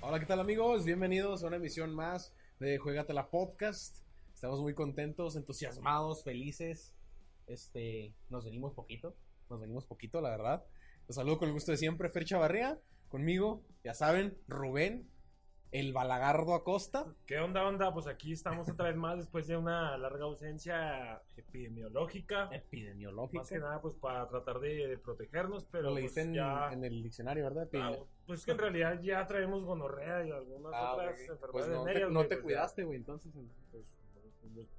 Hola, ¿qué tal amigos? Bienvenidos a una emisión más de Juegatela Podcast. Estamos muy contentos, entusiasmados, felices. Este, nos venimos poquito, nos venimos poquito, la verdad. Los saludo con el gusto de siempre, Fer Chavarría, conmigo, ya saben, Rubén, el balagardo Acosta. ¿Qué onda, onda? Pues aquí estamos otra vez más después de una larga ausencia epidemiológica. Epidemiológico. Más que nada, pues para tratar de, de protegernos, pero Lo pues, leíste en, ya. en el diccionario, ¿verdad? Ah, Epidemio- pues que en realidad ya traemos gonorrea y algunas Ah, otras ok. enfermedades Pues no, te, venéreas, no güey, te pues, cuidaste, güey, entonces. ya, pues,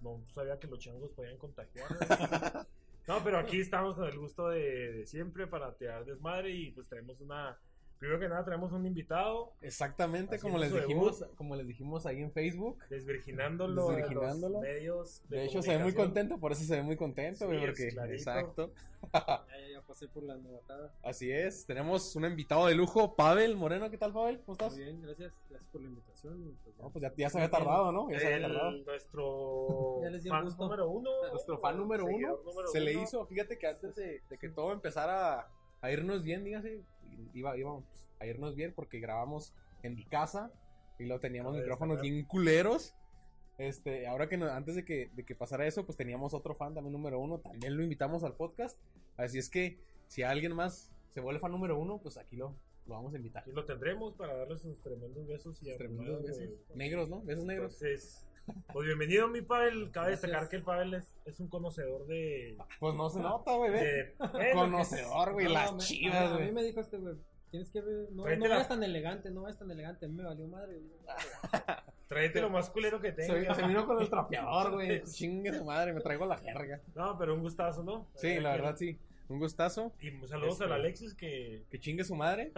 no, no sabía que los changos podían contagiar. güey. no, pero aquí estamos con el gusto de, de siempre para tirar desmadre y pues traemos una. Primero que nada, traemos un invitado. Exactamente, Haciendo como les su debut. dijimos, como les dijimos ahí en Facebook. Desvirginándolo, de Desvirginándolo. los medios. De hecho, se ve muy comunicación. contento, por eso se ve muy contento, güey, Sí, es porque... clarito. Exacto. Ya, ya, ya pasé por la novatada. Así es, tenemos un invitado de lujo, Pavel Moreno. ¿Qué tal, Pavel? ¿Cómo estás? Muy bien, gracias. Gracias por la invitación. y pues ya. No, pues ya, ya se había tardado, ¿no? Ya se había El- tardado. nuestro Ya les di el fan gusto. número uno. Nuestro fan número uno seguidor número se le uno. hizo, fíjate que antes de, de que todo empezara a, a irnos bien, dígase, iba, íbamos a irnos bien porque grabamos en mi casa y lo teníamos Cabe micrófonos destacar. bien culeros. Este, ahora que no- antes de que, de que pasara eso, pues teníamos otro fan también número uno, también lo invitamos al podcast. Así es que si alguien más se vuelve fan número uno, pues aquí lo, lo vamos a invitar. Aquí lo tendremos para darles sus tremendos besos y Tremendos aplausos. besos. Negros, ¿no? Besos negros. Entonces, pues bienvenido, mi Pavel. Cabe Gracias. destacar que el Pavel es, es un conocedor de. Pues no se nota, güey. ve. de- eh, Conocedor, güey. No, las me- chivas, a- A mí güey. me dijo este, güey. Tienes que ver. No, Tráete no la- vayas tan elegante, no vayas tan elegante. a mí Me valió madre. güey. pues, Tráete lo más culero que Se, tengas. se vino con el trapeador, güey. Chingue su madre, me traigo la jerga. No, pero un gustazo, ¿no? Sí, la verdad, sí. Un gustazo. Y saludos Este- al Alexis, que Que chingue su madre.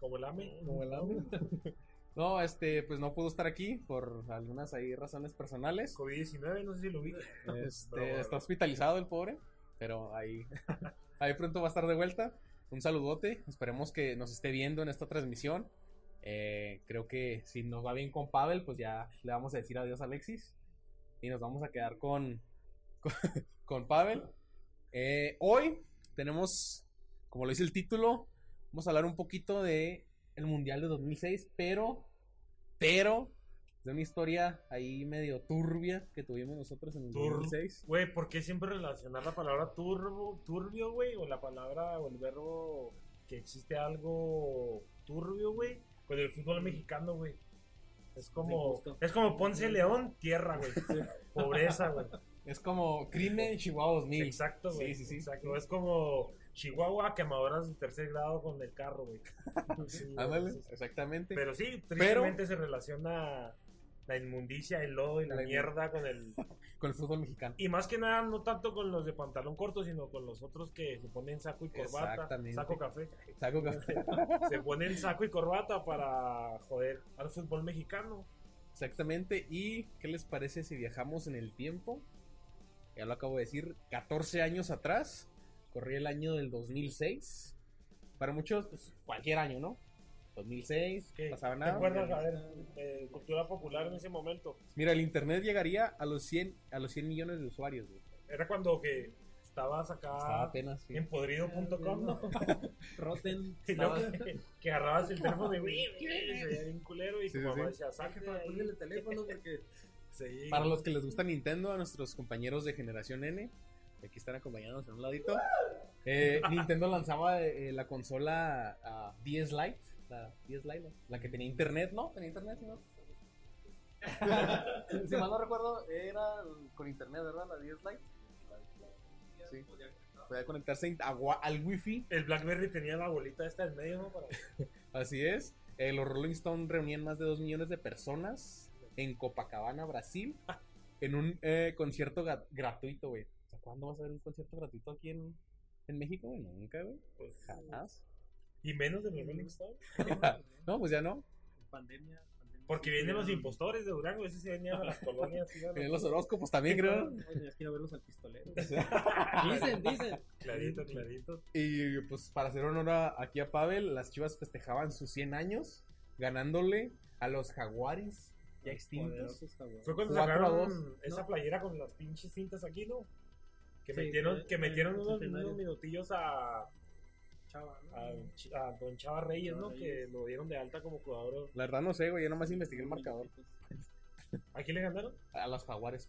como el ame. No, este, pues no pudo estar aquí por algunas ahí razones personales. COVID-19, no sé si lo vi. Este, está hospitalizado el pobre, pero ahí, ahí pronto va a estar de vuelta. Un saludote, esperemos que nos esté viendo en esta transmisión. Eh, creo que si nos va bien con Pavel, pues ya le vamos a decir adiós a Alexis y nos vamos a quedar con, con, con Pavel. Eh, hoy tenemos, como lo dice el título, vamos a hablar un poquito de el Mundial de 2006, pero, pero, de una historia ahí medio turbia que tuvimos nosotros en el Tur- 2006. Güey, ¿por qué siempre relacionar la palabra turbo, turbio, güey? O la palabra o el verbo que existe algo turbio, güey, con el fútbol mexicano, güey. Es Me como, gusta. es como Ponce León, tierra, güey. Pobreza, güey. Es como crimen en Chihuahua 2000. Exacto, güey. Sí, sí, sí. Exacto. Es como Chihuahua, quemadoras de tercer grado con el carro, güey. Sí, güey, Ándale, sí, sí. exactamente. Pero sí, tristemente se relaciona la inmundicia, el lodo y la La inmun- mierda con el Con el fútbol mexicano. Y más que nada, no tanto con los de pantalón corto, sino con los otros que se ponen saco y corbata, Exactamente. saco café. Saco café. Se ponen saco y corbata para joder al fútbol mexicano. Exactamente. ¿Y qué les parece si viajamos en el tiempo? Ya lo acabo de decir, 14 años atrás. Corría el año del 2006. Para muchos, pues, cualquier año, ¿no? 2006, ¿Qué? pasaba ¿Te nada. acuerdas? A ver, eh, cultura popular en ese momento. Mira, el internet llegaría a los 100, a los 100 millones de usuarios, güey. Era cuando que estabas acá Estaba apenas. sí. en podrido.com, ¿no? Roten. Y luego que, que agarrabas el teléfono de güey, güey, se veía bien culero y Sí, tu sí, mamá sí. decía, sáquete de ahí". Póngale el teléfono porque. Sí. Para los que les gusta Nintendo, a nuestros compañeros de Generación N, que aquí están acompañándonos en un ladito. eh, Nintendo lanzaba eh, la consola ah, DS Lite, la DS Lite, ¿no? la que tenía internet, ¿no? Tenía internet, ¿no? si mal no recuerdo, era con internet, ¿verdad? La DS Lite. Sí. Podía conectarse a gua- al wifi El Blackberry tenía la bolita esta en medio, ¿no? Para- Así es. Eh, los Rolling Stones reunían más de 2 millones de personas en Copacabana, Brasil, en un eh, concierto ga- gratuito, güey. O sea, ¿cuándo vas a ver un concierto gratuito aquí en, en México, güey? Nunca, güey. pues, Jamás. y menos de los Rolling Stones. No, pues ya no. Pandemia. pandemia. Porque Sí, vienen ya. los impostores de Durango, esos se venían a las colonias. sí, Tenían bueno. los horóscopos también, creo. Ay, Tenías que ir a verlos al pistolero. dicen, dicen. Clarito, clarito. Y pues para hacer honor a- aquí a Pavel, las chivas festejaban sus 100 años. ganándole a los jaguares ya extintos. Poderosos jaguares. Fue cuando Cuatro a sacaron dos. esa No. playera con las pinches cintas aquí, ¿no? Que Sí, metieron, fue- que fue metieron en unos, secundaria. unos minutillos a, a, Chava, ¿no? Ah, Ch- a Don Chava Reyes, Chava ¿no? Que Reyes. lo dieron de alta como jugador. La verdad no sé, güey, yo nomás investigué el marcador. Pues, ¿A quién le ganaron? A los jaguares 4-2.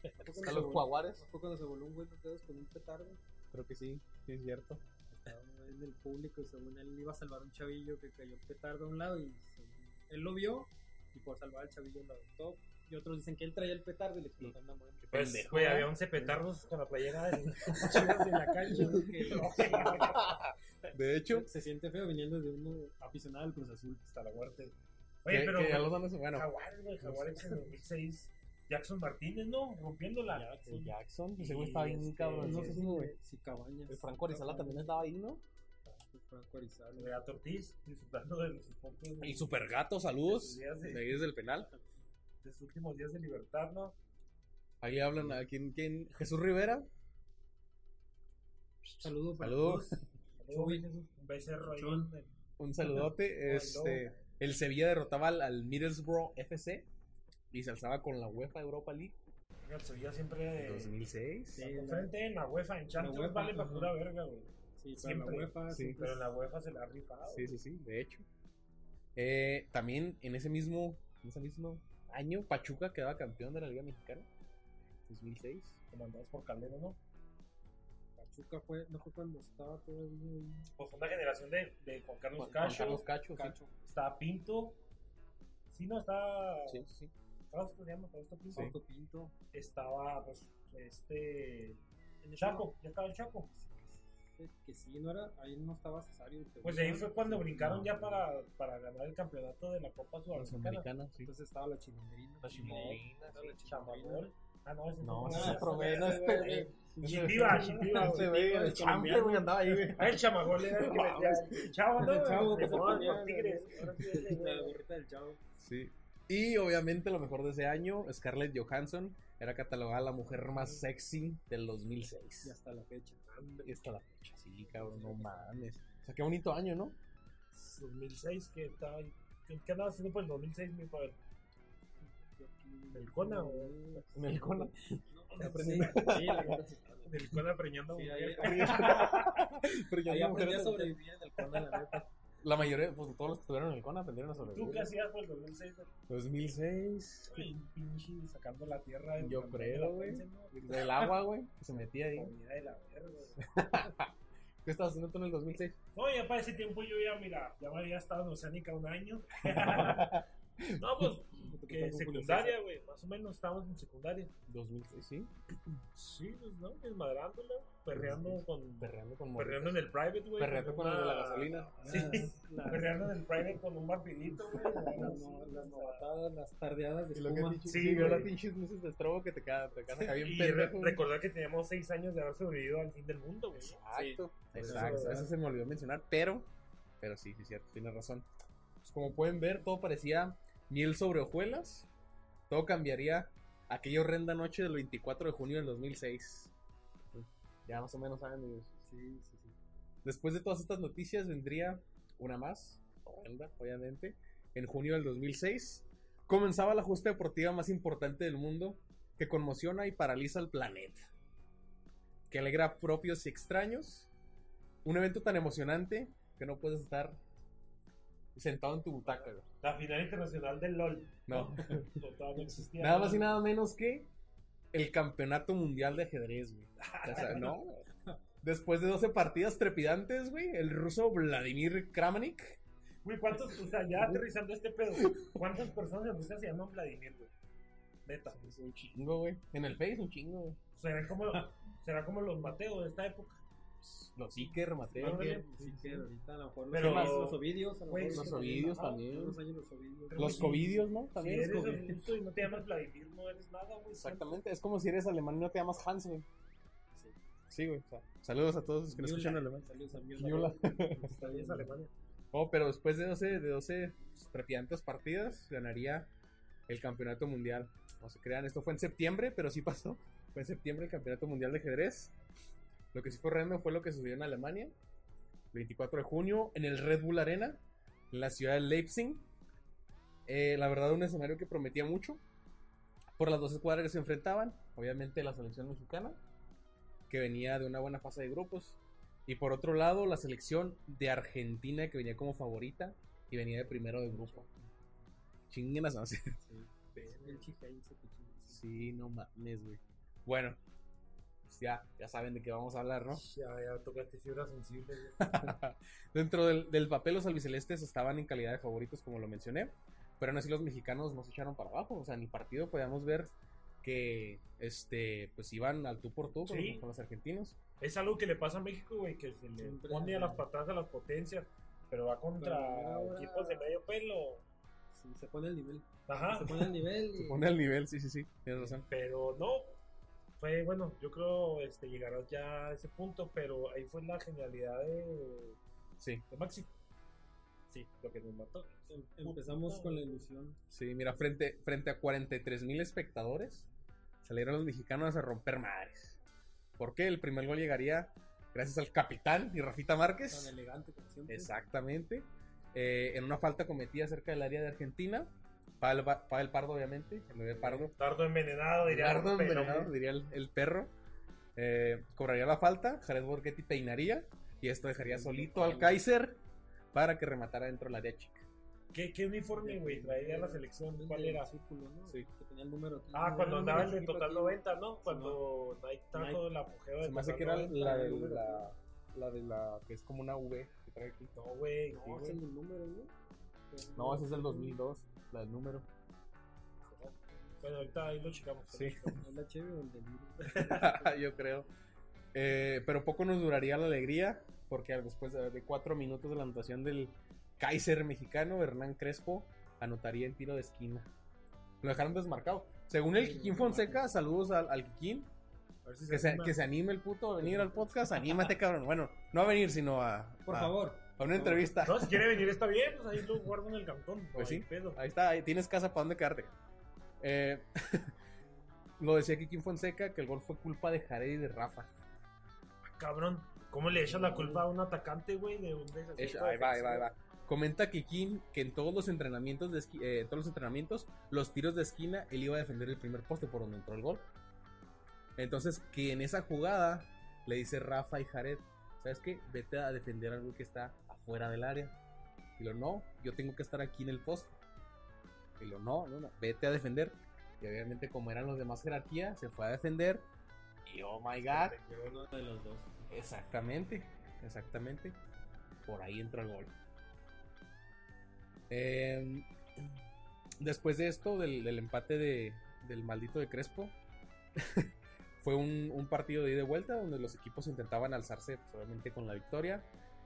Fue A cuando los se voló- jaguares, fue cuando se voló un güey los dedos con un petardo. creo que sí, sí es cierto. Estaba en el público y según él iba a salvar a un chavillo que cayó un petardo a un lado y según él lo vio y por salvar al chavillo lo adoptó. Y otros dicen que él traía el petardo y le explotó en la mano. Pues, Pendejo, güey, ¿eh? había 11 petardos con la playera de Chivas de la cancha, ¿no? Que- De hecho, se siente feo viniendo de uno aficionado al Cruz Azul. hasta la muerte. Oye, que- pero que ya los van a- bueno, Jaguares, güey, Jaguares en 2006. Jackson Martínez, ¿no? Rompiéndola. el Jackson, Y ese güey estaba bien este, cabrón. No sé si, Pues, sí, güey. si Cabañas. El Franco Arizala también estaba ahí, ¿no? El Franco Arizala. Renato Ortiz, disfrutando de sus pocos- El super gato, saludos. Sí, sí. De ahí desde el penal. de sus últimos días de libertad, ¿no? Ahí hablan a quién, quién, Jesús Rivera. Saludo para Saludos. todos. Uy, un becerro ahí. Chon. en- Un saludote. Este, el Sevilla derrotaba al, al Middlesbrough FC y se alzaba con la UEFA Europa League. en El Sevilla siempre. eh, 2006. Sí, al la- frente en la UEFA, en Champions UEFA, vale para ajá. pura verga, güey. Sí, para Siempre. la UEFA. Sí. siempre Pero en la UEFA se la ha rifado. Sí, sí, sí, de hecho. Eh, también en ese mismo, en ese mismo año, Pachuca quedaba campeón de la Liga Mexicana. 2006. Comandados por Calero, ¿no? Pachuca fue, no fue cuando estaba todo el mundo ahí. Pues fue una generación de, de Juan Carlos Juan- Juan Cacho. Carlos Cacho, sí. Cacho. Está Pinto. Sí, no, está. Sí, sí, sí. Fausto, se llama Fausto Pinto. Fausto Pinto. Estaba, pues, este. En ese Chaco, ya estaba el Chaco. momento, Que sí, no era, ahí no estaba Cesario. te Pues digo, ahí ¿no? fue cuando brincaron no. ya para, para ganar el campeonato de la Copa Sudamericana. Sudamericana, sí. Entonces estaba la chimenderina. La Chimelina, Estaba la chimenderina. Chamagol. Ah, no, ese No, fue- ese ah, es otro, güey. No, ese este, güey. Chindiva, Chindiva, güey. Ese güey, el chambre, güey, andaba ahí, güey. Ah, el chamagol era el que metía el chavo, ¿no? El chavo que El se gol ponía, por Tigres. Ahora sí, ese, La güey. gorrita del chavo. Sí. Y obviamente lo mejor de ese año, Scarlett Johansson era catalogada la mujer más sexy del Y 2006. hasta la fecha. Y hasta la fecha, sí, cabrón, no mames. O sea, qué bonito año, ¿no? 2006 que estaba ahí. ¿Qué- ¿Qué andaba haciendo por el 2006, mi padre? El ¿El Cona o...? En el cola. aprendí. Sí, la verdad, sí. El Cona preñando Sí, mujer. ahí- Pero yo Ahí no, aprendí a mujeres- sobrevivir en el Cona, la neta. La mayoría, pues todos los que estuvieron en el CON aprendieron a ¿Tú qué sobrevivir. hacías por el 2006? 2006. güey? Pinche sacando la tierra. Yo del- creo, güey. Del agua, güey, que se metía La ahí. comida de la verga. güey. ¿Qué estabas haciendo tú en el 2006? No, ya para ese tiempo yo ya, mira, ya me había estado en Oceánica un año. no, pues, Ah, que secundaria, güey. Más o menos estábamos en secundaria. 2006, sí. Sí, pues no, desmadrándola, perreando con. Perreando con morritos. Perreando en el private, güey. Perreando con lo de la una- gasolina. Sí. La- Perreando en el private con un vampirito, güey. Las no- las novatadas, las tardeadas de Y lo que espuma. pinche- Sí, sí, vio las güey. pinches luces de estrobo que te cagan, te cagan acá bien Y re- pendejo. güey. recordar que teníamos seis años de haber sobrevivido al fin del mundo, güey. Exacto. Eso- Exacto. Eso se me olvidó mencionar, pero. Pero sí, sí, cierto, tienes razón. Pues como pueden ver, todo parecía miel sobre hojuelas. Todo cambiaría aquella horrenda noche del 24 de junio del 2006. Ya más o menos saben, amigos. Sí, sí, sí. Después de todas estas noticias vendría una más, horrenda, obviamente. En junio del 2006 comenzaba la justa deportiva más importante del mundo que conmociona y paraliza al planeta. Que alegra a propios y extraños. Un evento tan emocionante que no puedes estar sentado en tu butaca. güey. La final internacional del LOL. No. Total, no existía. Nada más y nada menos que el campeonato mundial de ajedrez, güey. O sea, no. Después de 12 partidas trepidantes, güey, el ruso Vladimir Kramnik Güey, ¿cuántos, o sea, ya aterrizando este pedo, güey, ¿cuántas personas en Rusia se llaman Vladimir, güey? Neta. Es un chingo, güey. En el Face, un chingo, güey. Será como, será como los Mateos de esta época. Los Iker, Mateo, Ándale. güey. Sí, que ahorita a lo mejor Pero- los, los ovidios, a lo Güey, mejor los sí, Ovidios ajá, también. unos años los ovidios. Pero- Los Covidios, ¿no? Si También. eres los un Covid. ruso y no te llamas Vladimir, no eres nada, güey. Exactamente. Es como si eres alemán y no te llamas Hans, güey. Sí, güey. o sea, saludos a todos los que nos escuchan en alemán. Saludos a Miula. Miula. Está bien, Es Alemania. Oh, pero después de 12, de 12 trepidantes partidas, ganaría el campeonato mundial. No se crean, esto fue en septiembre, pero sí pasó. Fue en septiembre el campeonato mundial de ajedrez. Lo que sí fue horrendo fue lo que sucedió en Alemania. 24 de junio, en el Red Bull Arena, en la ciudad de Leipzig. Eh, la verdad, un escenario que prometía mucho. Por las dos escuadras que se enfrentaban, obviamente la selección mexicana, que venía de una buena fase de grupos. Y por otro lado, la selección de Argentina, que venía como favorita y venía de primero de grupo. Chinguen las así. El Chihei se pichó. Sí, no mames, güey. Bueno, pues ya, ya saben de qué vamos a hablar, ¿no? Ya, ya tocaste fibras sensibles. güey. Dentro del, del papel, los albicelestes estaban en calidad de favoritos, como lo mencioné. Pero aún así, los mexicanos nos echaron para abajo. O sea, en el partido podíamos ver que este pues iban al tú por tú con, Sí. con los argentinos. Es algo que le pasa a México, güey, que se le Siempre. pone a las patadas a las potencias, pero va Pero contra ahora- equipos de medio pelo. Sí, se pone el nivel. Ajá. Se pone el nivel. Se y- pone al nivel, sí, sí, sí. Tienes razón. Pero no, fue bueno, yo creo este, llegarás ya a ese punto, pero ahí fue la genialidad de, Sí, de Maxi. Sí, lo que nos mató. Em- Empezamos con la ilusión. sí. Mira, frente, frente a 43 mil espectadores, salieron los mexicanos a romper madres. ¿Por qué? El primer gol llegaría gracias al capitán y Rafita Márquez. Tan elegante como siempre. Exactamente. Eh, en una falta cometida cerca del área de Argentina. Pavel, Ba- Pavel Pardo, obviamente. El bebé Pardo. Tardo envenenado, diría. Pardo pero- envenenado, diría el, el perro. Eh, cobraría la falta. Jared Borghetti peinaría. Y esto dejaría solito al Kaiser para que rematara dentro del área chica. ¿Qué, qué uniforme, güey, traía la selección? El ¿Cuál del era? círculo, ¿no? Sí. Que tenía el número. Ah, cuando andaba el de Total 90, ¿no? Sí, Cuando Nike trajo la pujeo de Se me hace Total que era 90. la de la, la de la que es como una V que trae aquí. No, güey. sí, No, güey. ese es el número, ¿no? No, ese es del 2002, la del número. Bueno, ahorita ahí lo checamos. Sí. ahí lo checamos. ¿Es la chévere o el del libro? Yo creo. Eh, pero poco nos duraría la alegría, porque al- después de, de cuatro minutos de la anotación del Kaiser mexicano, Hernán Crespo anotaría en tiro de esquina. Lo dejaron desmarcado. Según el Sí, Kikín no Fonseca, mames. saludos al, al Kikín. A ver si Que se, anima. que se anime el puto a venir al podcast. Anímate, cabrón. Bueno, no a venir, sino a. Por a- favor. A una entrevista. No, si quiere venir está bien, pues ahí lo guardo en el cantón. no Pues hay sí. pedo. Ahí está, ahí tienes casa para dónde quedarte. Eh, lo decía Kikín Fonseca que el gol fue culpa de Jared y de Rafa. Cabrón, ¿cómo le echas la culpa a un atacante, güey? De un desacierto Es- ahí va, ahí va, ahí defensivo? va. Comenta Kikín que en todos los entrenamientos de esqui- eh, en todos los entrenamientos, los tiros de esquina, él iba a defender el primer poste por donde entró el gol. Entonces, que en esa jugada le dice Rafa y Jared, ¿sabes qué? Vete a defender algo que está afuera del área. Y lo no, yo tengo que estar aquí en el poste. Y lo no, no, no, vete a defender. Y obviamente, como eran los demás jerarquía, se fue a defender. Y oh my god, Uno de los dos. Exactamente, exactamente. Por ahí entra el gol. Eh, después de esto, del, del empate de- del maldito de Crespo, fue un, un partido de ida y vuelta donde los equipos intentaban alzarse, pues, obviamente, con la victoria.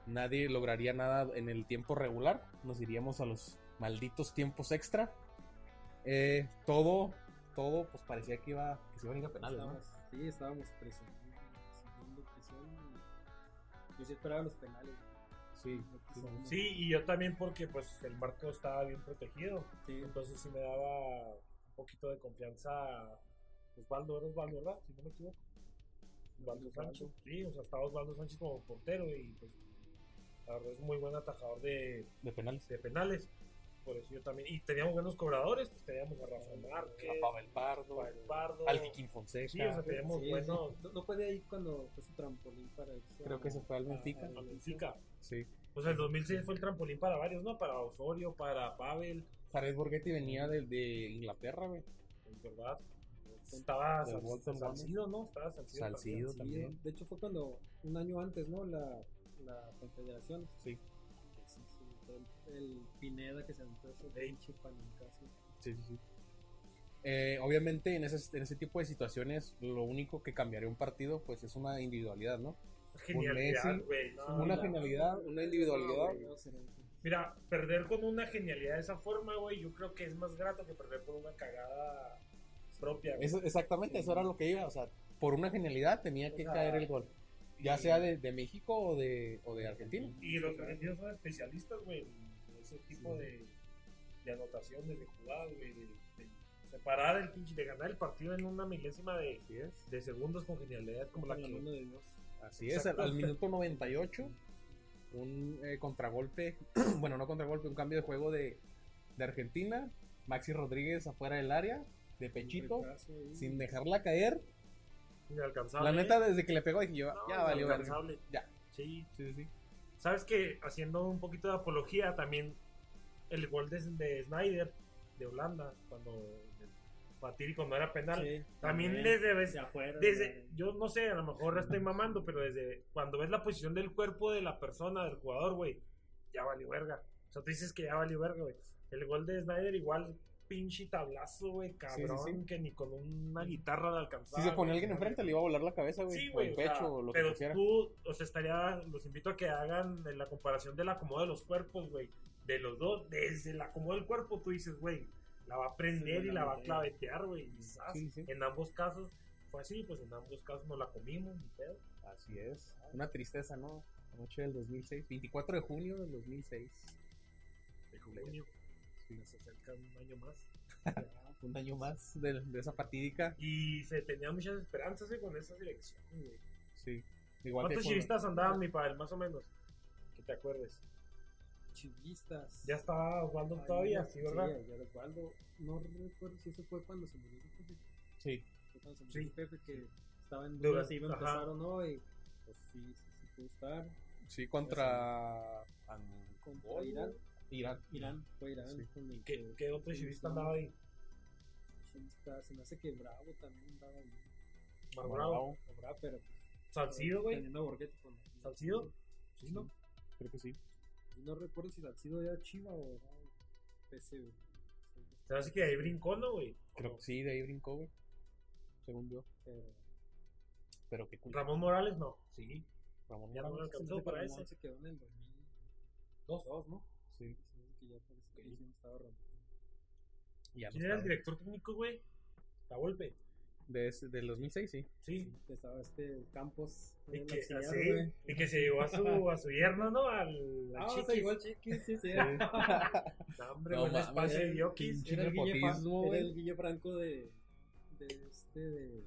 Nadie lograría nada en el tiempo regular. Nos iríamos a los malditos tiempos extra. Eh, todo, todo, pues parecía que iba, que se iban a ir a penales, ¿no? Estábamos- Sí, estábamos presionando. Siguiendo presión. y Yo sí esperaba los penales. Sí, sí, sí. Sí, y yo también porque pues el marco estaba bien protegido. Sí, Entonces sí me daba un poquito de confianza Osvaldo, era Osvaldo, ¿verdad? Si no me equivoco. Osvaldo Sánchez. Sí, o sea, estaba Osvaldo Sánchez como portero y pues la verdad es muy buen atajador de, de penales. de penales. Por eso yo también. Y teníamos buenos cobradores, pues teníamos a Rafa Márquez, a Pavel Pardo, Rafael Pardo. al Kikín Fonseca. Sí, o sea, teníamos sí, buenos. sí. No, no podía ir cuando fue su trampolín para irse Creo a- que se fue al Benfica. a- a- Benfica. Sí. Pues el 2006 fue el trampolín para varios, ¿no? Para Osorio, para Pavel, Jared Borghetti venía de, de Inglaterra, güey. es verdad. Estaba Del Sal- Bolton Salcido, ¿no? Estaba Salcido. Salcido. Sí, eh, también. De hecho fue cuando, un año antes, ¿no? La, la confederación. Sí. Sí, sí, fue el, el Pineda que se aventó ese Ey. pinche panencazo. Sí, sí, sí. Eh, obviamente, en, esas- en ese tipo de situaciones, lo único que cambiaría un partido, pues es una individualidad, ¿no? Genialidad, Messi, güey. No, Una no. genialidad, una individualidad. No, será que- Mira, perder con una genialidad de esa forma, güey, yo creo que es más grato que perder por una cagada propia. güey. Eso- exactamente, eso era lo que iba. O sea, por una genialidad tenía que O sea, caer el gol. Ya sea de, de México o de, o de Argentina. Y los argentinos son especialistas, güey, en ese tipo de, de anotaciones, de jugadas, güey, de, de separar el pinche, de ganar el partido en una milésima de, de segundos con genialidad como la con la que mano de Dios. Así es, al, Exacto. al minuto 98 un eh, contragolpe, bueno, no contragolpe, un cambio de juego de, de Argentina. Maxi Rodríguez afuera del área, de pechito, Recaso ahí. sin dejarla caer. Inalcanzable. La neta, desde que le pegó dije yo, No, ya valió verga". inalcanzable. Ya, Sí. sí, sí, sí. ¿Sabes que Haciendo un poquito de apología también, el gol de, de Snyder de Holanda, cuando batir cuando era penal, Sí, también, también. desde, ves- De afuera, desde, güey. yo no sé, a lo mejor estoy mamando, pero desde cuando ves la posición del cuerpo de la persona, del jugador, güey, ya valió verga. O sea, tú dices que ya valió verga, güey. El gol de Snyder igual, pinche tablazo, güey, cabrón, sí. que ni con una guitarra la alcanzaba. Si se ponía güey. alguien enfrente, le iba a volar la cabeza, güey. Sí, o güey. el o sea, pecho, o lo que pero quisiera. tú, o sea, estaría, los invito a que hagan la comparación del acomodo de los cuerpos, güey. De los dos, desde el acomodo del cuerpo, tú dices, güey, la va a prender Sí, y la va a güey. clavetear, güey. y zas. Sí, sí. En ambos casos fue así, pues en ambos casos nos la comimos, ni pedo. Así es. Una tristeza, ¿no? La noche del 2006. 24 de junio del 2006. De junio, nos acerca un año más. Un año más de, de esa fatídica. Y se tenía muchas esperanzas eh, con esa selección, güey. Sí. Igual que ¿Cuántos con- chivistas andaban, mi padre, más o menos? Que te acuerdes. Chivistas. Ya estaba jugando Ahí, todavía, sí, ¿verdad? ya de Osvaldo. No recuerdo si eso fue cuando se murió mi jefe. Sí. Fue cuando se Sí. murió mi jefe que estaba en Duda, duda si iba a ajá. empezar o no. Y pues sí, sí, sí pudo estar. Sí, contra. Ang- Contra Angola. Irán. Irán. Irán, fue Irán. Sí. Con el Oh, ¿Qué, qué otro Sí, chivista sí. andaba ahí? chivista. Se me hace que Bravo también andaba ahí. Más Bravo. bravo. No, Bravo, pero. pues, Salcido, güey. Teniendo a Borghetti con- ¿Salcido? Sí, ¿no? Creo que sí. No recuerdo si Salcido era Chiva o era PSV. Se hace que ahí brincó, ¿no, güey? Creo que sí, de ahí brincó, güey. Según yo. Pero Pero qué culpa. Ramón Morales, no. Sí. Ramón Ya no Morales. lo alcanzó para Ramón ese. se quedó en el 2002, Dos. ¿no? Sí. Se me hace que ya parece que Ok. ahí sí no estaba Ramón. Ya no ¿Quién era el estaba. director técnico, güey? La Volpe. De ese- del 2006, sí. Sí. que estaba este Campos Y el que, auxiliar, sí, güey. y que se llevó a su, a su yerno, ¿no? Al, al Ah, o sea, Chiquis. igual Chiquis, sí, sí. Era Sí. No, hombre, No, buen mames, espacio de el Yokis. pinche Era- el Guille Fra- nepotismo, era güey. el Guille Franco de, de este de,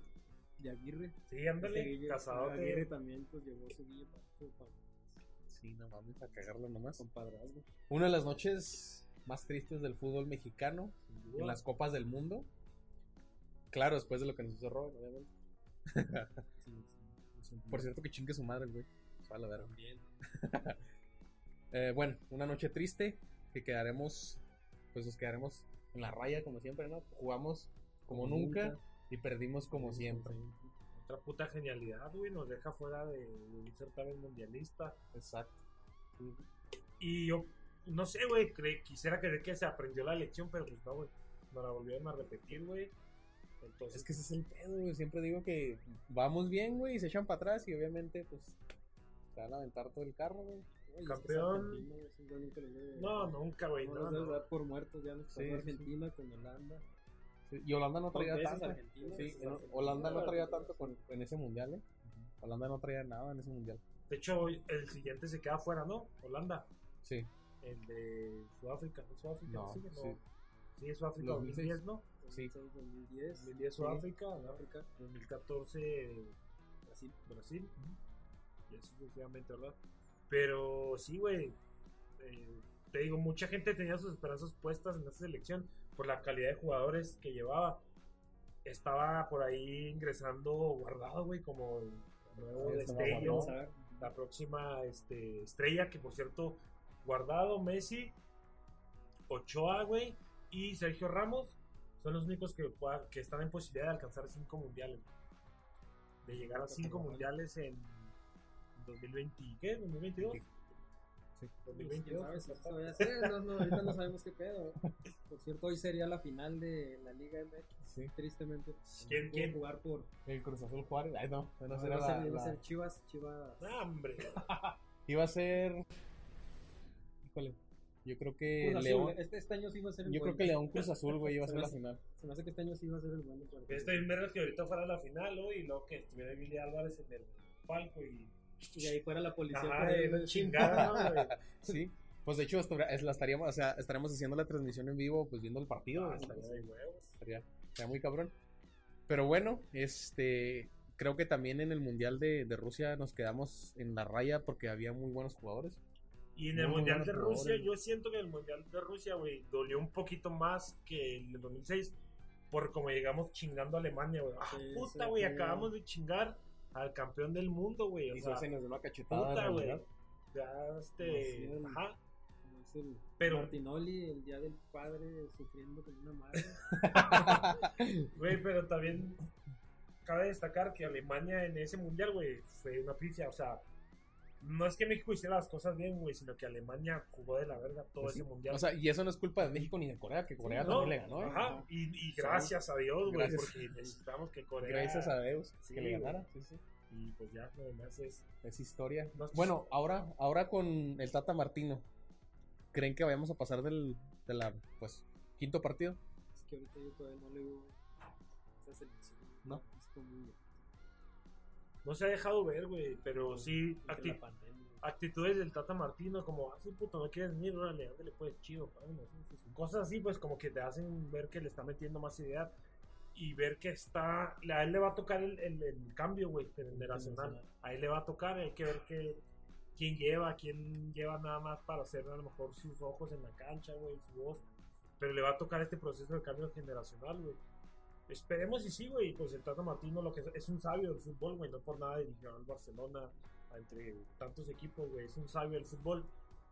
de Aguirre. Sí, ándale, Este casadote. Aguirre también pues llevó su Guille Franco pa- Sí, no mames, a cagarla nomás. compadrazgo. Una de las noches más tristes del fútbol mexicano en las Copas del Mundo. Claro, después de lo que nos hizo Robert, obviamente. Sí, sí, sí. Por cierto, que chingue su madre, el güey. Se va a la verga. También. Eh, bueno, una noche triste que quedaremos, pues nos quedaremos en la raya como siempre, ¿no? Jugamos como nunca, y perdimos como Sí, siempre. sí. Otra puta genialidad, güey. Nos deja fuera de, de un certamen mundialista. Exacto. Y yo, no sé, güey, cre- quisiera creer que se aprendió la lección, pero pues no, güey. No la volvieron a repetir, güey. Entonces, Es que ese es el pedo, güey. Siempre digo que vamos bien, güey, y se echan para atrás y obviamente, pues, te van a aventar todo el carro, güey. Oye, es que Campeón. Argentina, güey, es un gol que le debe- no, nunca, güey. no No, los debe no. dar por muertos ya nos Sí, pasó sí, sí. Argentina con Holanda. Sí, Y Holanda no Dos traía veces tanto. Argentina, Sí, dos en- veces Holanda no Argentina. traía tanto con, en ese mundial, ¿eh? Holanda no traía nada en ese mundial. De hecho, el siguiente se queda fuera, ¿no? Holanda. Sí, El de Sudáfrica. ¿no? Sudáfrica No, sí, no. sí. Sí, es Sudáfrica Los 2010, ¿no? Sí. 2006, 2010. 2010 Sí, Sudáfrica, ¿no? África, 2014 Brasil. Brasil. Y así sucesivamente, ¿verdad? Pero sí, güey. eh, te digo, mucha gente tenía sus esperanzas puestas en esta selección por la calidad de jugadores que llevaba. Estaba por ahí ingresando guardado, güey, como el nuevo Sí, estaba destello. Guardado. la próxima este, estrella, que por cierto, Guardado, Messi, Ochoa, güey, y Sergio Ramos son los únicos que, pueda- que están en posibilidad de alcanzar cinco mundiales. De llegar a cinco mundiales en 2020, ¿qué? ¿2022? Sí. 2022. pues, ¿Sabes? Eso voy a hacer, no, no, ahorita no sabemos qué pedo. Por cierto, hoy sería la final de la Liga MX, sí. tristemente. ¿Quién, Pudo quién? jugar por. El Cruz Azul Juárez. Ay, no, no iba será a ser- la- iba a la- ser Chivas, Chivas. ¡Ah, hombre! Iba a ser. Híjole. Yo creo que Cruz Azul, Eh, León. Este, este año sí iba a ser el Yo creo bueno. que León Cruz Azul, güey, iba a Se ser me la hace- final. Se me hace que este año sí iba a ser el bueno. para Estoy en verga que ahorita fuera la final, hoy, y luego que estuviera Billy Álvarez en el palco y. Y ahí fuera la policía. Ajá, por ahí, de ¿no? chingada, ¿no, güey? Sí. Pues de hecho, estu- es- la estaríamos, o sea, estaremos haciendo la transmisión en vivo, pues viendo el partido. Ah, güey. estaría de huevos. Estaría- estaría muy cabrón. Pero bueno, este. Creo que también en el Mundial de, de Rusia nos quedamos en la raya porque había muy buenos jugadores. Y en el Muy Mundial de buenos Rusia, jugadores, yo siento que el Mundial de Rusia, güey, dolió un poquito más que el de 2006 por como llegamos chingando a Alemania, güey. Ah, Sí, puta, sí, güey, sí. acabamos de chingar al campeón del mundo, güey. O Y sea, se nos dio una cachetada. puta, la güey. verdad. Ya, este... Demasiado. Ajá. Como es el Pero- Martinoli, el día del padre, sufriendo con una madre. Güey, pero también cabe destacar que Alemania en ese mundial, güey, fue una pifia. O sea, no es que México hiciera las cosas bien, güey, sino que Alemania jugó de la verga todo Pues sí. ese mundial. O sea, y eso no es culpa de México ni de Corea, que Corea Sí, también ¿no? le ganó. ¿eh? Ajá, y, y gracias a Dios, güey, Gracias. porque necesitamos que Corea. Gracias a Deus Sí, que le güey. ganara. Sí, sí. Y pues ya, lo demás es. Es historia. No, pues- Bueno, ahora, ahora con el Tata Martino, ¿creen que vayamos a pasar del de la, pues, quinto partido? es que ahorita yo todavía no le veo esa selección. No. Es como No se ha dejado ver, güey, pero sí, entre acti- la pandemia. Ah, actitudes del Tata Martino, como, ah, sí, puto, no quieres venir, órale, ándale, pues, chido, vámonos". Cosas así, pues, como que te hacen ver que le está metiendo más idea y ver que está. A él le va a tocar el, el- el cambio, güey, generacional. Generacional. A él le va a tocar, hay que ver que. Quién lleva, quién lleva nada más para hacer a lo mejor sus ojos en la cancha, güey, su voz. pero le va a tocar este proceso de cambio generacional, güey. Esperemos y sí, güey, pues el Tata Martino lo que es, es un sabio del fútbol, güey, no por nada dirigió al Barcelona, a entre tantos equipos, güey, es un sabio del fútbol.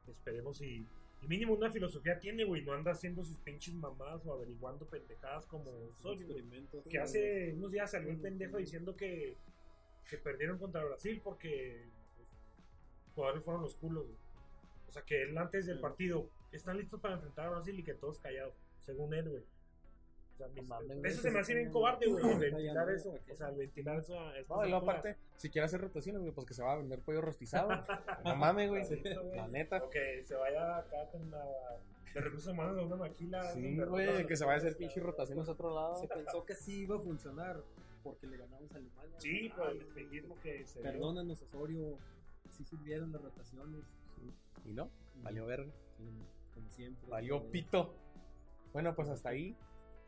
Esperemos y, y mínimo una filosofía tiene, güey, no anda haciendo sus pinches mamás o averiguando pendejadas como Osorio, güey. experimentos. pues, que hace unos días salió un pendejo Sí. diciendo que, que perdieron contra Brasil porque pues, los jugadores fueron los culos. güey. O sea, que él antes del Sí. partido están listos para enfrentar a Brasil y que todos callados, según él, güey. O sea, mis- mames, güey, que eso se me se hace bien pongan- cobarde, güey, el Ay, ventilar no, eso. ok. O sea, el ventilar eso. a estas No, y luego alturas. aparte, si quiere hacer rotaciones, güey, pues que se va a vender pollo rostizado. no mames, güey. Sí, güey. La neta. O que se vaya acá con la, de recursos humanos a una maquila. Sí, donde güey, rotan que las se vaya a cosas, hacer pinche la- rotaciones a otro lado. Se pensó que sí iba a funcionar porque le ganamos a Alemania. Sí, Ah, por el espejismo que se dio. Perdónanos, Osorio. Sí sirvieron las rotaciones. Y no, valió verga. Sí, Como siempre. Valió Eh, pito. Bueno, pues hasta ahí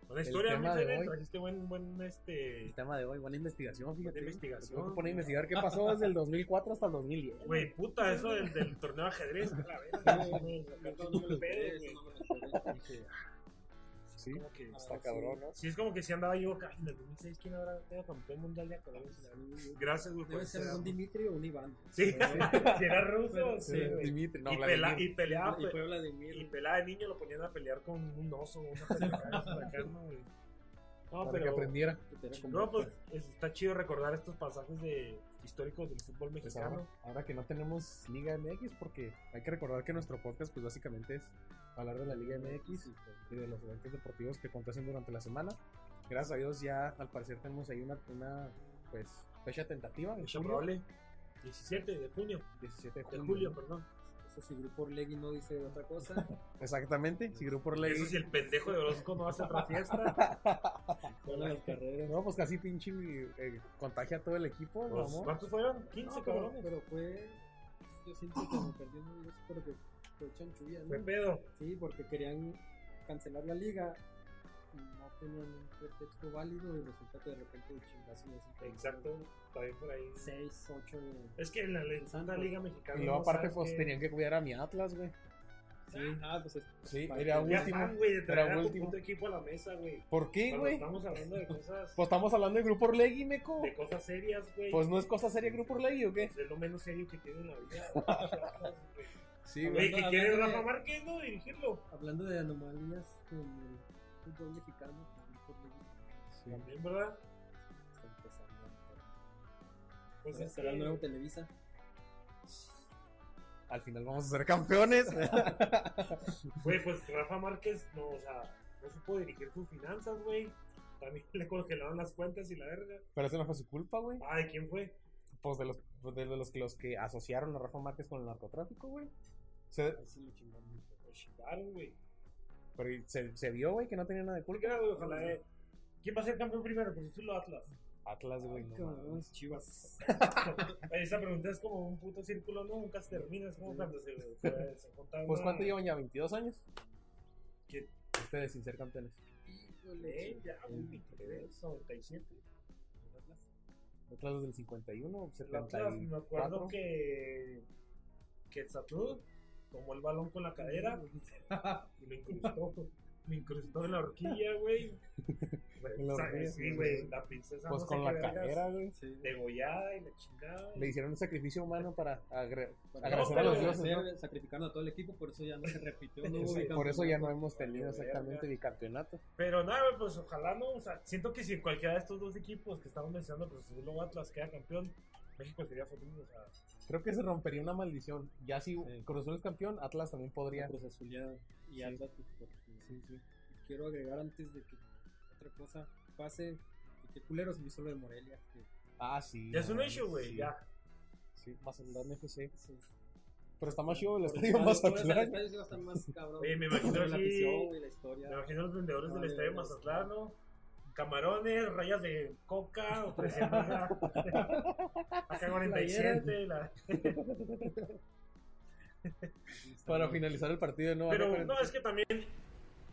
Buena historia, El tema mi de Fede, hoy. trajiste buen, buen, el este... tema de hoy. Buena investigación, fíjate. Buena investigación. Tengo que poner a investigar qué pasó desde el 2004 hasta el 2010. Güey, puta, eso del, del torneo de ajedrez, a la Sí, verga, güey, yo acá no todo me lo el pedo, esperé, güey. eso no me lo esperé. Dije, Sí, Como que- está sí. cabrón, ¿no? Sí, es como que si andaba yo acá en el 2006, ¿quién habrá quedado campeón mundial de ajedrez? Gracias, güey, por Debe ese ser dato. un Dimitri o un Iván. Sí, si era ruso, Pero- sí, güey. Dimitri, no, y, Vladimir. pela- y peleaba, y pe- fue Vladimir. pues. y pelaba de niño lo ponían a pelear con un oso, una pendejada de la carne, güey. No, Para que pero... aprendiera. que era como- No, pues es- está chido recordar estos pasajes de históricos del fútbol Pues ahora, mexicano. ahora que no tenemos Liga MX, porque hay que recordar que nuestro podcast, pues básicamente es hablar de la Liga MX y de los eventos deportivos que acontecen durante la semana. Gracias a Dios, ya al parecer tenemos ahí una, una, pues, fecha tentativa, en Fecha julio, probable, 17 de junio. 17 de De julio. julio, ¿no? perdón. Eso si Grupo Orlegui no dice otra cosa. Exactamente, si Grupo Orlegui- Eso si el pendejo de Orozco no hace otra fiesta. Hola, las carreras. No, pues casi pinche eh, contagia a todo el equipo, Pues, ¿no? ¿Cuántos fueron? No, 15, pero- cabrones. Pero fue. Yo siento que como perdió un Dios, pero que fue chanchulla, ¿no? Fue pedo. Sí, porque querían cancelar la liga y no tenían un pretexto válido y resulta que de repente de chingazo les hicieron Exacto, también por ahí. Seis, ocho. Es que en la, en Santos. la Liga Mexicana. Y luego, no aparte, sabes pues qué- tenían que cuidar a mi Atlas, güey. Sí, ah, pues es- Sí, Para era que Ya último. fan, güey, de traer Era a tu último. puto equipo a la mesa, güey. ¿Por qué, Cuando güey? Estamos hablando de cosas, Pues estamos hablando de Grupo Orlegui, meco. de cosas serias, güey. Pues no es cosa seria Grupo Orlegui, ¿o qué? Es lo menos serio que tiene en la vida. güey. Sí, Güey, que Hablando- quiere hablando de- Rafa Márquez, ¿no? Dirigirlo. hablando de anomalías con el fútbol mexicano, pues, Grupo Orlegui Sí. También, ¿verdad? está empezando. a- Pues es será el eh, que- nuevo Televisa. Al final vamos a ser campeones. Güey, pues Rafa Márquez no, o sea, no supo dirigir sus finanzas, güey. También le congelaron las cuentas y la verga. Pero eso no fue su culpa, güey. Ah, ¿de quién fue? Pues de los, pues de los, los que asociaron a Rafa Márquez con el narcotráfico, güey. Se, Ahí sí lo chingaron. Lo chingaron, güey. pero se, se vio, güey, que no tenía nada de ¿Por culpa. qué, güey? Ojalá, eh. ¿Quién va a ser campeón primero? Por decirlo Atlas. Atlas, güey. no Cabrón, mames. Chivas. Oye, Esa pregunta es como un puto círculo, ¿no? Nunca se termina, es como cuando se, se, se junta Pues una- ¿cuánto llevan ya? ¿22 años? ¿Qué? Ustedes sin ser campeones. Eh, Híjole, ya, chingada. un 23, 97. Atlas desde el 51, El Atlas, me 74. acuerdo que. Que Satur tomó el balón con la cadera y lo incrustó. Lo incrustó en la horquilla, güey. En la O sea, horquilla, sí, güey, la princesa. Pues no sé con qué la vergas, cadera, güey. Sí. Degollada y la chingada. Le hicieron un sacrificio humano para agre- agradecer a pero los dioses, ¿no? Agradecer, Sacrificaron a todo el equipo, por eso ya no se repitió. no hubo Exacto, Por eso ya no hemos tenido Vale, exactamente verga. bicampeonato. Pero nada, güey, pues ojalá no. O sea, siento que si cualquiera de estos dos equipos que estamos mencionando, pues si luego Atlas queda campeón, México sería feliz. O sea, Creo que se rompería una maldición. Ya si Sí. Cruz Azul es campeón, Atlas también podría. Cruz Azuleado y Sí. Atlas, pues, porque- Quiero agregar antes de que otra cosa pase, que qué culero se me hizo lo de Morelia. que- Ah, sí. ya es un no, hecho, güey. sí. Ya. Sí, Mazatlán FC. sí. Pero está más chido el Por estadio eso, por eso el Mazatlán. estadio sí va a estar más cabrón. Oye, me imagino la aquí- afición, güey, la Me historia. imagino los vendedores No, del de estadio veras. Mazatlán, ¿no? Camarones, rayas de coca, ofreciendo la- acá 47. la- Para finalizar el partido, ¿no? Pero Ahora, no, es que también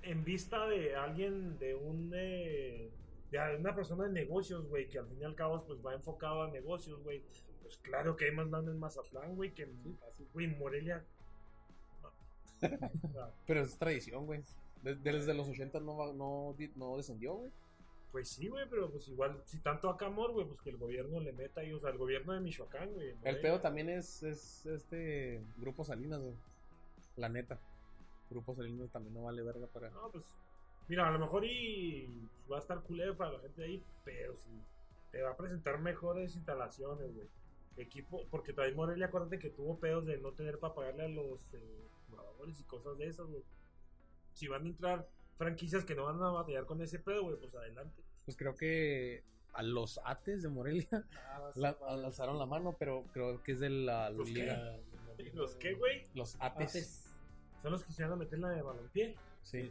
en vista de alguien, de un eh, de una persona de negocios, güey, que al fin y al cabo pues va enfocado a negocios, güey. Pues claro que hay más mano en Mazatlán, güey, que en, Sí, fácil. güey, en Morelia. No. No, Pero es tradición, güey. De- Desde, los 80 no, va- no, di- no descendió, güey. Pues sí, güey, pero pues igual, si tanto acá amor, güey, pues que el gobierno le meta ahí, o sea, el gobierno de Michoacán, güey. en El Morelia. pedo también es, es este Grupo Salinas, güey. La neta. Grupo Salinas también no vale verga para. No, pues, mira, a lo mejor y pues, va a estar culero para la gente de ahí, pero sí, te va a presentar mejores instalaciones, güey. Equipo, porque también Morelia, acuérdate que tuvo pedos de no tener para pagarle a los eh, jugadores y cosas de esas, güey. Si van a entrar franquicias que no van a batallar con ese pedo, güey, pues adelante. Pues creo que a los ates de Morelia Ah, va a ser la- padre. alzaron la mano, pero creo que es de la ¿Los qué? liga. ¿Los qué, güey? Los Ates. ates. Son los que se van a meter la de balompié. Sí.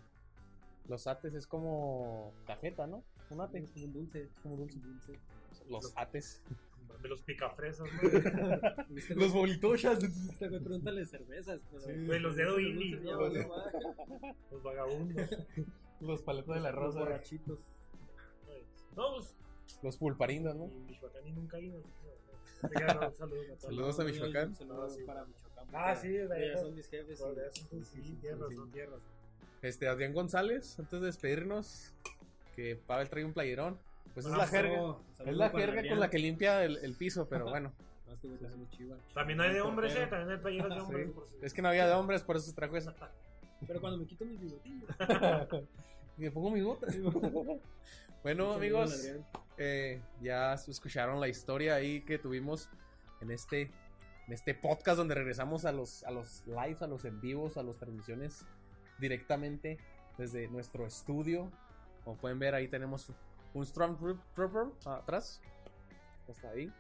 Los ates es como cajeta, ¿no? Un ate. Es como un dulce. es como un dulce. dulce. Los ates. De los picafresas, güey. Este Los güey- bolitochas. este güey pregúntale cervezas. pero- Sí. Güey, los dedos dulces, indie. ya Los- valió madre. Los vagabundos. Los paletas de la Los rosa. borrachitos. güey. No, pues, Los pulparindos, ¿no? y Michoacán y nunca iba. así que, no, no, no, Saludos a todos. Saludos. a Michoacán. Saludos Ah, sí. para Michoacán. Ah, porque sí, de allá. ellos son mis jefes. y- Sí, tierras, son tierras. Este, Adrián González, antes de despedirnos, que Pavel trae un playerón. Pues es la Abrazo, jerga. saludos Es la para jerga Adrián. con la que limpia el, el piso, pero bueno. No, este güey está muy chiva. También hay de hombres, Pero- eh, también hay playeras de hombres. Sí. por si- Es que no había de hombres, por eso se trajo eso. eh. Pero cuando me quito mis bigotillos. Y me pongo mi bota. bueno, Saludos, amigos. Adrián. eh, ya se escucharon la historia ahí que tuvimos en este, en este podcast donde regresamos a los, a los lives, a los en vivos, a las transmisiones directamente desde nuestro estudio. Como pueden ver, ahí tenemos un Stormtrooper atrás. Hasta ahí.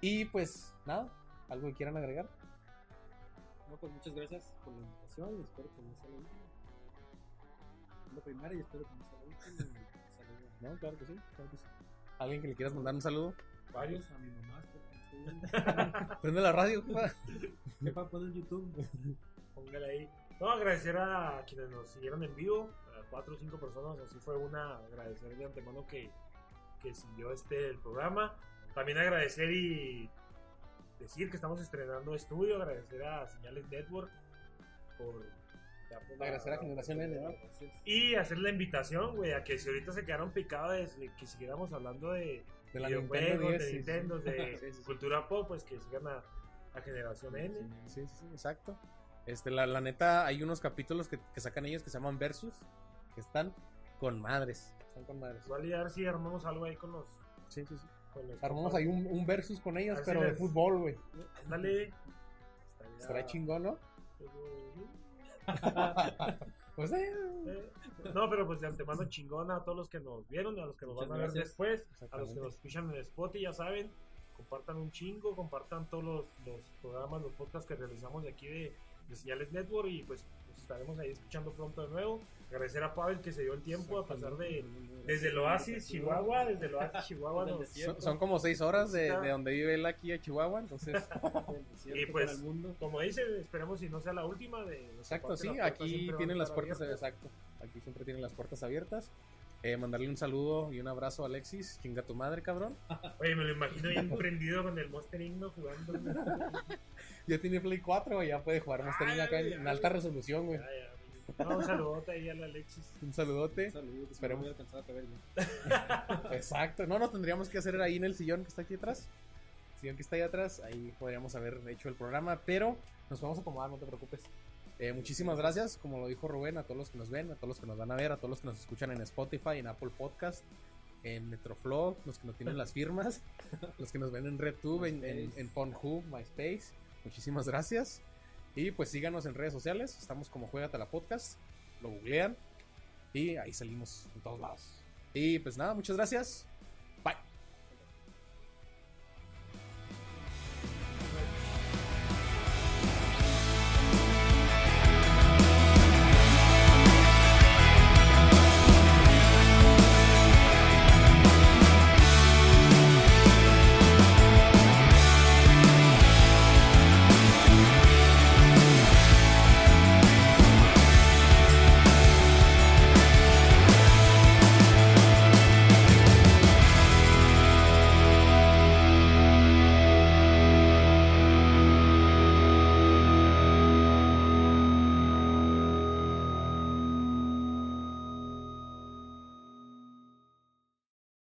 Y pues nada, algo que quieran agregar. No, pues muchas gracias por la invitación y espero que no sea la última. Es la primera y espero que no sea la última. y saludo a- ¿No? Claro que sí, claro que sí. ¿Alguien que le quieras mandar un saludo? Varios. A mi mamá, espero Prende la radio. que no para poner YouTube. Póngale ahí. No, agradecer a quienes nos siguieron en vivo, a cuatro o cinco personas, así fue una. Agradecer de antemano que, que siguió este el programa. También agradecer y decir que estamos estrenando estudio, agradecer a Señales Network por. ya por la- Agradecer a Generación N, ¿no? Gracias. Y hacer la invitación, güey, a que si ahorita se quedaron picados de que siguiéramos hablando de, De la Nintendo videojuegos, 10. de sí, sí. Nintendo, de Sí, sí, sí. cultura pop, pues que sigan a, a Generación N. Sí, sí, sí, exacto. Este, la, la neta, hay unos capítulos que, que sacan ellos que se llaman Versus, que están con madres. Están con madres. Igual y Pues, a ver si armamos algo ahí con los... Sí, sí, sí. Con los Armamos ahí un, un Versus con ellos, Así pero de es. fútbol, güey. Ándale. Estará Estaría- chingón, ¿no? pues eh, Eh, No, pero pues de antemano chingona a todos los que nos vieron, a los que nos van Muchas a ver gracias. después, a los Exactamente. que nos escuchan en Spotify, ya saben, compartan un chingo, compartan todos los, los programas, los podcasts que realizamos de aquí de, de Señales Network y pues nos estaremos ahí escuchando pronto de nuevo. Agradecer a Pavel que se dio el tiempo a pesar de desde el Oasis Chihuahua, desde el Oasis Chihuahua Desde el nos- son, son como seis horas de, de donde vive él aquí a Chihuahua, entonces. Y, Y pues, pues. El mundo. como dice, esperemos si no sea la última de Exacto, sí, aquí tienen las puertas, exacto. Aquí siempre tienen las puertas abiertas. Eh, mandarle un saludo y un abrazo a Alexis. Chinga tu madre, cabrón. Oye, me lo imagino bien prendido con el Monster Inno jugando. güey. Ya tiene Play 4, güey. Ya puede jugar más Ay, tenido acá güey, en, en ay, alta güey. resolución, güey. Ya, ya, güey. No, un saludote ahí a la Alexis. Un saludote. Saludos, Esperemos. esperemos. No voy a alcanzar a caber, güey. Exacto. No, no tendríamos que hacer ahí en el sillón que está aquí atrás. El sillón que está ahí atrás. Ahí podríamos haber hecho el programa. Pero nos vamos a acomodar, no te preocupes. Eh, muchísimas gracias, como lo dijo Rubén, a todos los que nos ven, a todos los que nos van a ver, a todos los que nos escuchan en Spotify, en Apple Podcast, en Metroflog, los que nos tienen las firmas, los que nos ven en RedTube, en, en, en Pornhub, MySpace. Muchísimas gracias. Y pues síganos en redes sociales. Estamos como Juegatela Podcast. Lo googlean. Y ahí salimos en todos lados. Y pues nada, muchas gracias.